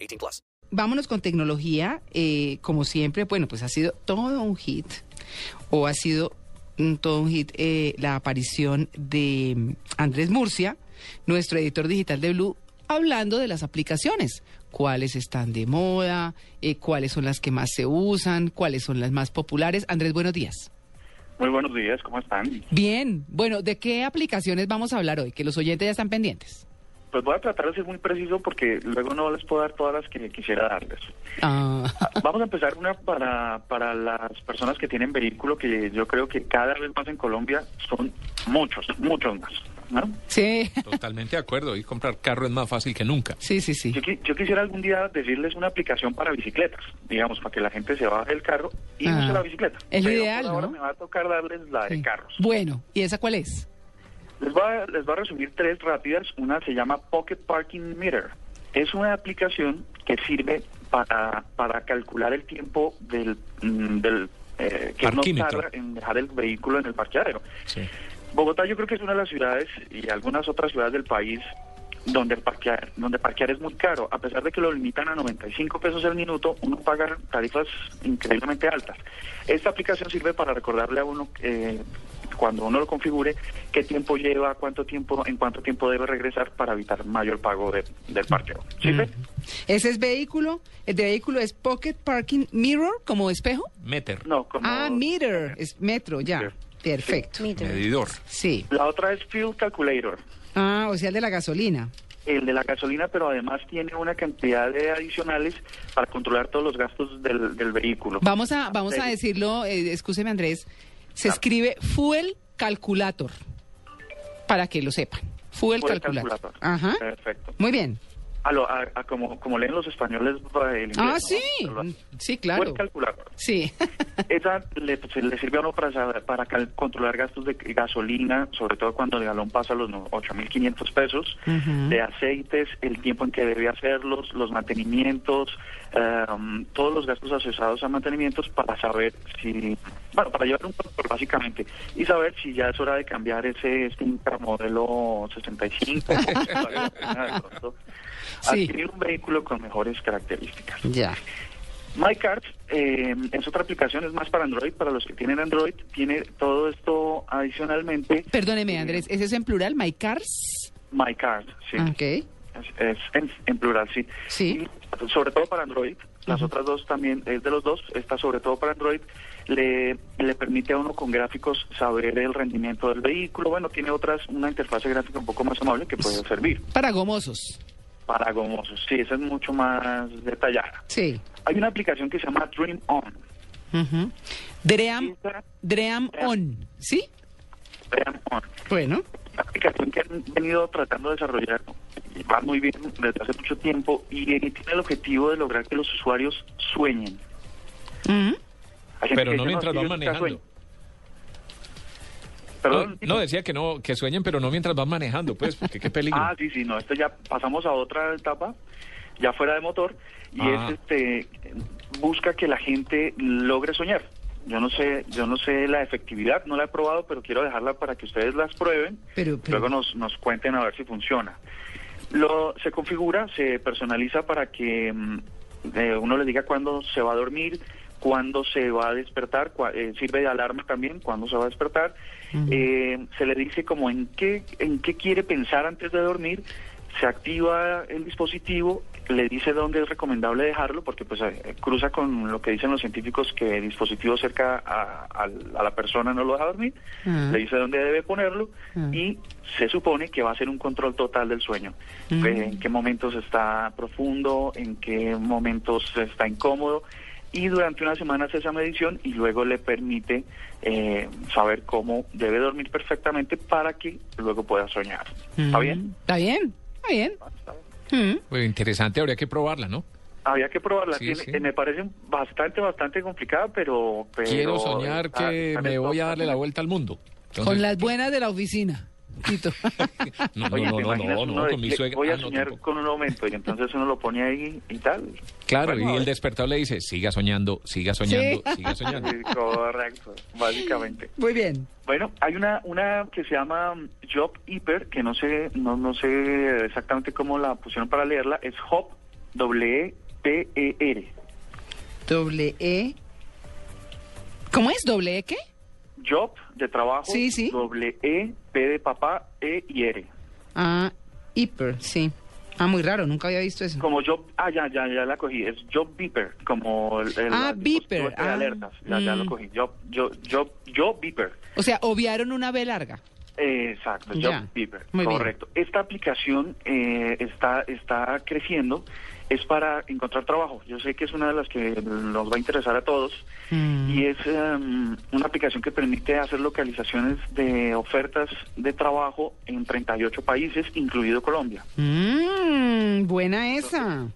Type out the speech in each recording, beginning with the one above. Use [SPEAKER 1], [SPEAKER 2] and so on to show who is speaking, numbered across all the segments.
[SPEAKER 1] 18 plus.
[SPEAKER 2] Vámonos con tecnología. eh, como siempre, bueno, pues ha sido todo un hit. O ha sido mm, todo un hit eh, la aparición de mm, Andrés Murcia, nuestro editor digital de Blue, hablando de las aplicaciones. ¿Cuáles están de moda? eh, ¿Cuáles son las que más se usan? ¿Cuáles son las más populares? Andrés, buenos días.
[SPEAKER 3] Muy buenos días, ¿cómo están?
[SPEAKER 2] Bien, bueno, ¿de qué aplicaciones vamos a hablar hoy? Que los oyentes ya están pendientes.
[SPEAKER 3] Pues voy a tratar de ser muy preciso porque luego no les puedo dar todas las que quisiera darles.
[SPEAKER 2] Ah,
[SPEAKER 3] Vamos a empezar una para, para las personas que tienen vehículo, que yo creo que cada vez más en Colombia son muchos, muchos más. ¿no?
[SPEAKER 2] sí,
[SPEAKER 4] Totalmente de acuerdo. Y comprar carro es más fácil que nunca.
[SPEAKER 2] sí, sí, sí.
[SPEAKER 3] Yo, qui- yo quisiera algún día decirles una aplicación para bicicletas, digamos, para que la gente se baje del carro y
[SPEAKER 2] Ah.
[SPEAKER 3] use la bicicleta.
[SPEAKER 2] Es lo
[SPEAKER 3] Pero
[SPEAKER 2] ideal,
[SPEAKER 3] por ahora
[SPEAKER 2] ¿no?
[SPEAKER 3] me va a tocar darles la de
[SPEAKER 2] Sí.
[SPEAKER 3] carros.
[SPEAKER 2] Bueno, ¿y esa cuál es?
[SPEAKER 3] Les voy, a, les voy a resumir tres rápidas. Una se llama Pocket Parking Meter. Es una aplicación que sirve para, para calcular el tiempo del, mm, del eh, que uno
[SPEAKER 4] Parquímetro.
[SPEAKER 3] tarda en dejar el vehículo en el parqueadero.
[SPEAKER 4] Sí.
[SPEAKER 3] Bogotá yo creo que es una de las ciudades y algunas otras ciudades del país donde parquear, donde parquear es muy caro. A pesar de que lo limitan a 95 pesos el minuto, uno paga tarifas increíblemente altas. Esta aplicación sirve para recordarle a uno eh, cuando uno lo configure qué tiempo lleva, cuánto tiempo, en cuánto tiempo debe regresar para evitar mayor pago de- del parqueo. ¿Sirve?
[SPEAKER 2] Ese es vehículo, el de vehículo es Pocket Parking Mirror, como espejo.
[SPEAKER 4] Meter.
[SPEAKER 3] No, como-
[SPEAKER 2] Ah, meter, es metro, ya.
[SPEAKER 3] Sí.
[SPEAKER 2] Perfecto.
[SPEAKER 4] Medidor.
[SPEAKER 2] Sí.
[SPEAKER 3] La otra es Fuel Calculator.
[SPEAKER 2] Ah, o sea, el de la gasolina.
[SPEAKER 3] el de la gasolina, pero además tiene una cantidad de adicionales para controlar todos los gastos del, del vehículo.
[SPEAKER 2] Vamos a, vamos a decirlo, eh, excúseme Andrés, se escribe Fuel Calculator, para que lo sepan. Fuel,
[SPEAKER 3] Por el
[SPEAKER 2] calculator.
[SPEAKER 3] calculador.
[SPEAKER 2] Ajá.
[SPEAKER 3] Perfecto.
[SPEAKER 2] Muy bien.
[SPEAKER 3] A lo- a- a como, como leen los españoles va el inglés,
[SPEAKER 2] Ah,
[SPEAKER 3] ¿no?
[SPEAKER 2] sí.
[SPEAKER 3] Lo-
[SPEAKER 2] Sí, claro.
[SPEAKER 3] Buen calculador.
[SPEAKER 2] Sí.
[SPEAKER 3] Esa le, se- le sirve a uno para, saber- para cal- controlar gastos de gasolina, sobre todo cuando el galón pasa los no- 8.500 pesos,
[SPEAKER 2] Ujú.
[SPEAKER 3] de aceites, el tiempo en que debe hacerlos, los mantenimientos, em, todos los gastos asociados a mantenimientos para saber si, bueno, para llevar un control básicamente y saber si ya es hora de cambiar ese este Sprinter modelo 65, porque vale la pena de pronto
[SPEAKER 2] Sí.
[SPEAKER 3] adquirir un vehículo con mejores características.
[SPEAKER 2] ya.
[SPEAKER 3] MyCard eh, es otra aplicación, es más para Android, para los que tienen Android, tiene todo esto adicionalmente.
[SPEAKER 2] Perdóneme, Andrés, ¿es eso en plural? ¿My Cars?
[SPEAKER 3] MyCard, sí.
[SPEAKER 2] Ah, Ok.
[SPEAKER 3] Es, es en, en plural, sí.
[SPEAKER 2] Sí.
[SPEAKER 3] Y sobre todo para Android, las otras dos también, es de los dos, esta sobre todo para Android, le, le permite a uno con gráficos saber el rendimiento del vehículo. Bueno, tiene otras, una interfase gráfica un poco más amable que puede servir
[SPEAKER 2] Para gomosos.
[SPEAKER 3] para gomosos. Sí, esa es mucho más detallada.
[SPEAKER 2] Sí.
[SPEAKER 3] Hay una aplicación que se llama Dream On.
[SPEAKER 2] Ujú. Dream,
[SPEAKER 3] Esta-
[SPEAKER 2] Dream On, ¿sí?
[SPEAKER 3] Dream On.
[SPEAKER 2] Bueno,
[SPEAKER 3] una aplicación que han venido tratando de desarrollar y va muy bien desde hace mucho tiempo y eh, tiene el objetivo de lograr que los usuarios sueñen.
[SPEAKER 2] ujú.
[SPEAKER 3] Hay gente
[SPEAKER 4] Pero
[SPEAKER 3] que
[SPEAKER 4] no
[SPEAKER 3] dice,
[SPEAKER 4] mientras
[SPEAKER 3] yo
[SPEAKER 4] van
[SPEAKER 3] nunca sueño".
[SPEAKER 4] manejando. No,
[SPEAKER 3] Perdón.
[SPEAKER 4] no, decía que no, que sueñen, pero no mientras van manejando, pues, porque qué peligro.
[SPEAKER 3] Ah, sí, sí, no, esto ya pasamos a otra etapa, ya fuera de motor, y
[SPEAKER 4] Ah.
[SPEAKER 3] es este, busca que la gente logre soñar. Yo no sé, yo no sé la efectividad, no la he probado, pero quiero dejarla para que ustedes las prueben.
[SPEAKER 2] Pero- pero-
[SPEAKER 3] Luego nos, nos cuenten a ver si funciona. Lo, se configura, se personaliza para que mm, eh, uno le diga cuándo se va a dormir, cuándo se va a despertar, cua- eh, sirve de alarma también, cuándo se va a despertar. Eh, se le dice como en qué, en qué quiere pensar antes de dormir, se activa el dispositivo, le dice dónde es recomendable dejarlo, porque pues eh, cruza con lo que dicen los científicos que el dispositivo cerca a, al- a la persona no lo deja dormir,
[SPEAKER 2] Ah.
[SPEAKER 3] le dice dónde debe ponerlo
[SPEAKER 2] Ah.
[SPEAKER 3] y se supone que va a ser un control total del sueño.
[SPEAKER 2] Mm.
[SPEAKER 3] Eh, En qué momentos está profundo, en qué momentos está incómodo. Y durante una semana hace esa medición y luego le permite eh, saber cómo debe dormir perfectamente para que luego pueda soñar. ¿Está bien?
[SPEAKER 2] Mm. Está bien, está bien.
[SPEAKER 3] Está bien.
[SPEAKER 2] Mm.
[SPEAKER 4] Bueno, interesante, habría que probarla, ¿no?
[SPEAKER 3] había que probarla.
[SPEAKER 4] Sí,
[SPEAKER 3] Tiene-
[SPEAKER 4] sí.
[SPEAKER 3] eh, Me parece bastante, bastante complicada, pero... pero
[SPEAKER 4] Quiero soñar que
[SPEAKER 3] ah,
[SPEAKER 4] me voy a darle la vuelta al mundo. Entonces,
[SPEAKER 5] Con las buenas de la oficina, Tito.
[SPEAKER 4] No, no,
[SPEAKER 3] Oye,
[SPEAKER 4] no,
[SPEAKER 3] ¿te
[SPEAKER 4] no,
[SPEAKER 3] imaginas
[SPEAKER 4] no,
[SPEAKER 3] uno
[SPEAKER 4] no,
[SPEAKER 3] de-
[SPEAKER 4] con mi
[SPEAKER 3] le-
[SPEAKER 4] suegra.
[SPEAKER 3] Voy a
[SPEAKER 4] Ah, no,
[SPEAKER 3] soñar
[SPEAKER 4] tampoco.
[SPEAKER 3] con un aumento y entonces uno lo pone ahí y tal.
[SPEAKER 4] Claro,
[SPEAKER 3] Bueno,
[SPEAKER 4] y el
[SPEAKER 3] eh,
[SPEAKER 4] despertador le dice, siga soñando, siga soñando, siga soñando.
[SPEAKER 3] sí, Correcto, básicamente.
[SPEAKER 5] Muy bien.
[SPEAKER 3] Bueno, hay una, una que se llama mm, Job Hyper, que no sé, no, no sé exactamente cómo la pusieron para leerla, es Hop W T E R.
[SPEAKER 2] Doble E. ¿Cómo es? ¿Doble E qué?
[SPEAKER 3] Job de trabajo,
[SPEAKER 2] Sí, sí.
[SPEAKER 3] W E P de papá E y R.
[SPEAKER 2] Ah, hiper, sí. Ah, muy raro, nunca había visto eso.
[SPEAKER 3] Como Job, ah ya, ya, ya la cogí, es Job Beeper, como el, el-
[SPEAKER 2] Ah,
[SPEAKER 3] el dispositivo este
[SPEAKER 2] beeper,
[SPEAKER 3] de
[SPEAKER 2] ah,
[SPEAKER 3] alertas, ya, ya lo
[SPEAKER 2] mm.
[SPEAKER 3] cogí, Job, Job, Job, Job Beeper.
[SPEAKER 2] O sea, obviaron una B larga.
[SPEAKER 3] Exacto,
[SPEAKER 2] Ya.
[SPEAKER 3] Job Beeper,
[SPEAKER 2] Muy bien.
[SPEAKER 3] correcto. Esta aplicación eh, está, está creciendo, es para encontrar trabajo. Yo sé que es una de las que nos va a interesar a todos
[SPEAKER 2] Mm.
[SPEAKER 3] y es em, una aplicación que permite hacer localizaciones de ofertas de trabajo en 38 países, incluido Colombia.
[SPEAKER 2] Mmm, buena esa.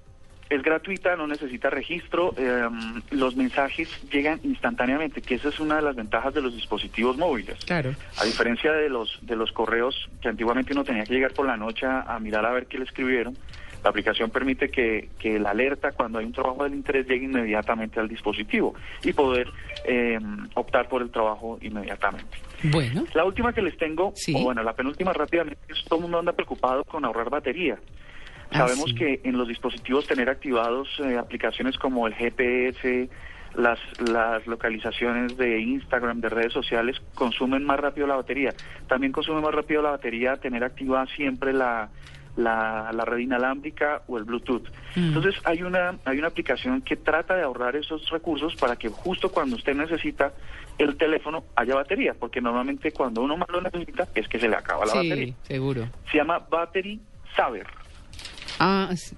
[SPEAKER 3] Es gratuita, no necesita registro, eh, los mensajes llegan instantáneamente, que esa es una de las ventajas de los dispositivos móviles.
[SPEAKER 2] Claro.
[SPEAKER 3] A diferencia de los, de los correos que antiguamente uno tenía que llegar por la noche a, a mirar a ver qué le escribieron, la aplicación permite que, que la alerta cuando hay un trabajo del interés llegue inmediatamente al dispositivo y poder eh, optar por el trabajo inmediatamente.
[SPEAKER 2] Bueno.
[SPEAKER 3] La última que les tengo,
[SPEAKER 2] Sí.
[SPEAKER 3] o bueno, la penúltima rápidamente, es todo el mundo anda preocupado con ahorrar batería.
[SPEAKER 2] Ah,
[SPEAKER 3] Sabemos
[SPEAKER 2] sí.
[SPEAKER 3] que eh, en los dispositivos tener activados eh, aplicaciones como el GPS, las, las localizaciones de Instagram, de redes sociales, consumen más rápido la batería. También consume más rápido la batería tener activada siempre la, la, la red inalámbrica o el Bluetooth. Entonces hay una, hay una aplicación que trata de ahorrar esos recursos para que justo cuando usted necesita el teléfono haya batería, porque normalmente cuando uno más lo necesita es que se le acaba la batería.
[SPEAKER 2] Sí, seguro.
[SPEAKER 3] Se llama Battery Saver.
[SPEAKER 2] Ah, s-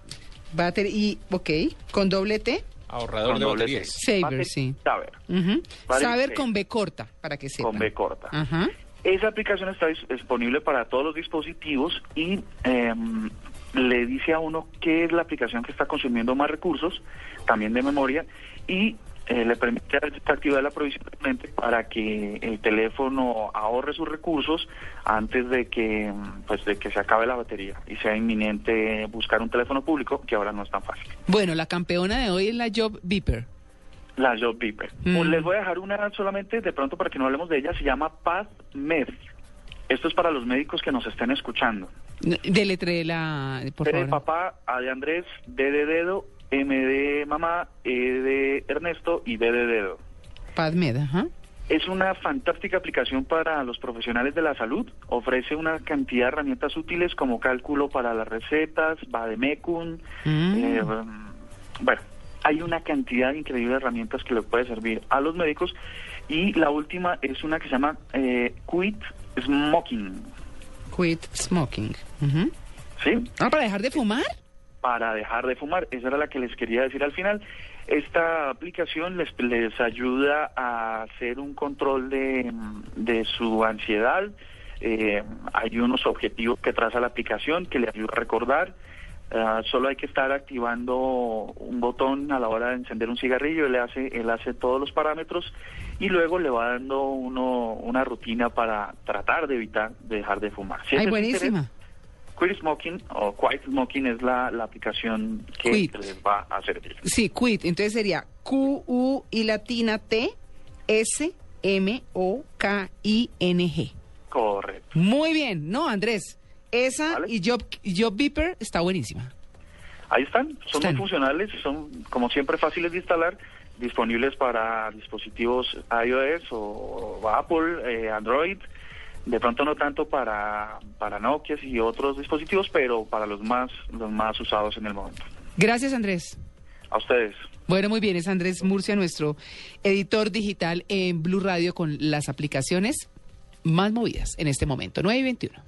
[SPEAKER 2] battery, y, ok, con doble T.
[SPEAKER 4] Ahorrador
[SPEAKER 3] Con
[SPEAKER 4] de
[SPEAKER 3] doble
[SPEAKER 4] baterías.
[SPEAKER 3] T.
[SPEAKER 2] Saver,
[SPEAKER 3] Battery
[SPEAKER 2] sí.
[SPEAKER 3] Saver,
[SPEAKER 2] Ujú.
[SPEAKER 3] Battery
[SPEAKER 2] Saber
[SPEAKER 3] Saver.
[SPEAKER 2] con B corta, para que sepan.
[SPEAKER 3] con B corta.
[SPEAKER 2] Ajá.
[SPEAKER 3] Esa aplicación está dis- disponible para todos los dispositivos y em, le dice a uno qué es la aplicación que está consumiendo más recursos, también de memoria, y eh, le permite activar el aprovisionamiento para que el teléfono ahorre sus recursos antes de que em, pues de que se acabe la batería y sea inminente buscar un teléfono público, que ahora no es tan fácil.
[SPEAKER 2] Bueno, la campeona de hoy es la Job Beeper.
[SPEAKER 3] La Job Beeper.
[SPEAKER 2] Mm.
[SPEAKER 3] Pues Les voy a dejar una solamente de pronto para que no hablemos de ella. Se llama Paz Med. Esto es para los médicos que nos estén escuchando.
[SPEAKER 2] No, Deletrela, por
[SPEAKER 3] P de
[SPEAKER 2] favor.
[SPEAKER 3] papá, A de Andrés, D de dedo, M de mamá, E de Ernesto y D de dedo.
[SPEAKER 2] PadMed, ajá.
[SPEAKER 3] Es una fantástica aplicación para los profesionales de la salud. Ofrece una cantidad de herramientas útiles como cálculo para las recetas, Bademecum.
[SPEAKER 2] Mm.
[SPEAKER 3] eh, bueno, hay una cantidad increíble de herramientas que le puede servir a los médicos. Y la última es una que se llama eh, Quit Smoking,
[SPEAKER 2] Quit smoking. Ujú.
[SPEAKER 3] ¿sí?
[SPEAKER 2] Ah, para dejar de fumar.
[SPEAKER 3] Para dejar de fumar. Esa era la que les quería decir al final. Esta aplicación les, les ayuda a hacer un control de, de su ansiedad. Eh, hay unos objetivos que traza la aplicación que le ayuda a recordar. Ah, solo hay que estar activando un botón a la hora de encender un cigarrillo, él hace, él hace todos los parámetros y luego le va dando uno una rutina para tratar de evitar de dejar de fumar. Si
[SPEAKER 2] Ay,
[SPEAKER 3] ese es su
[SPEAKER 2] buenísima.
[SPEAKER 3] Quit Smoking o Quiet Smoking es la, la aplicación que
[SPEAKER 2] Quit.
[SPEAKER 3] les va a servir.
[SPEAKER 2] Sí, quit. Entonces sería Q, U y latina T, S, M, O, K, I, N, G.
[SPEAKER 3] Correcto.
[SPEAKER 2] Muy bien. No, Andrés. Esa
[SPEAKER 3] Vale.
[SPEAKER 2] y Job, y Job Beeper está buenísima.
[SPEAKER 3] Ahí están, son
[SPEAKER 2] Están.
[SPEAKER 3] muy funcionales, son como siempre fáciles de instalar, disponibles para dispositivos iOS o Apple, eh, Android. De pronto no tanto para, para Nokia y otros dispositivos, pero para los más, los más usados en el momento.
[SPEAKER 2] Gracias, Andrés.
[SPEAKER 3] A ustedes.
[SPEAKER 2] Bueno, muy bien, es Andrés Murcia, nuestro editor digital en Blue Radio con las aplicaciones más movidas en este momento, 9 y 21.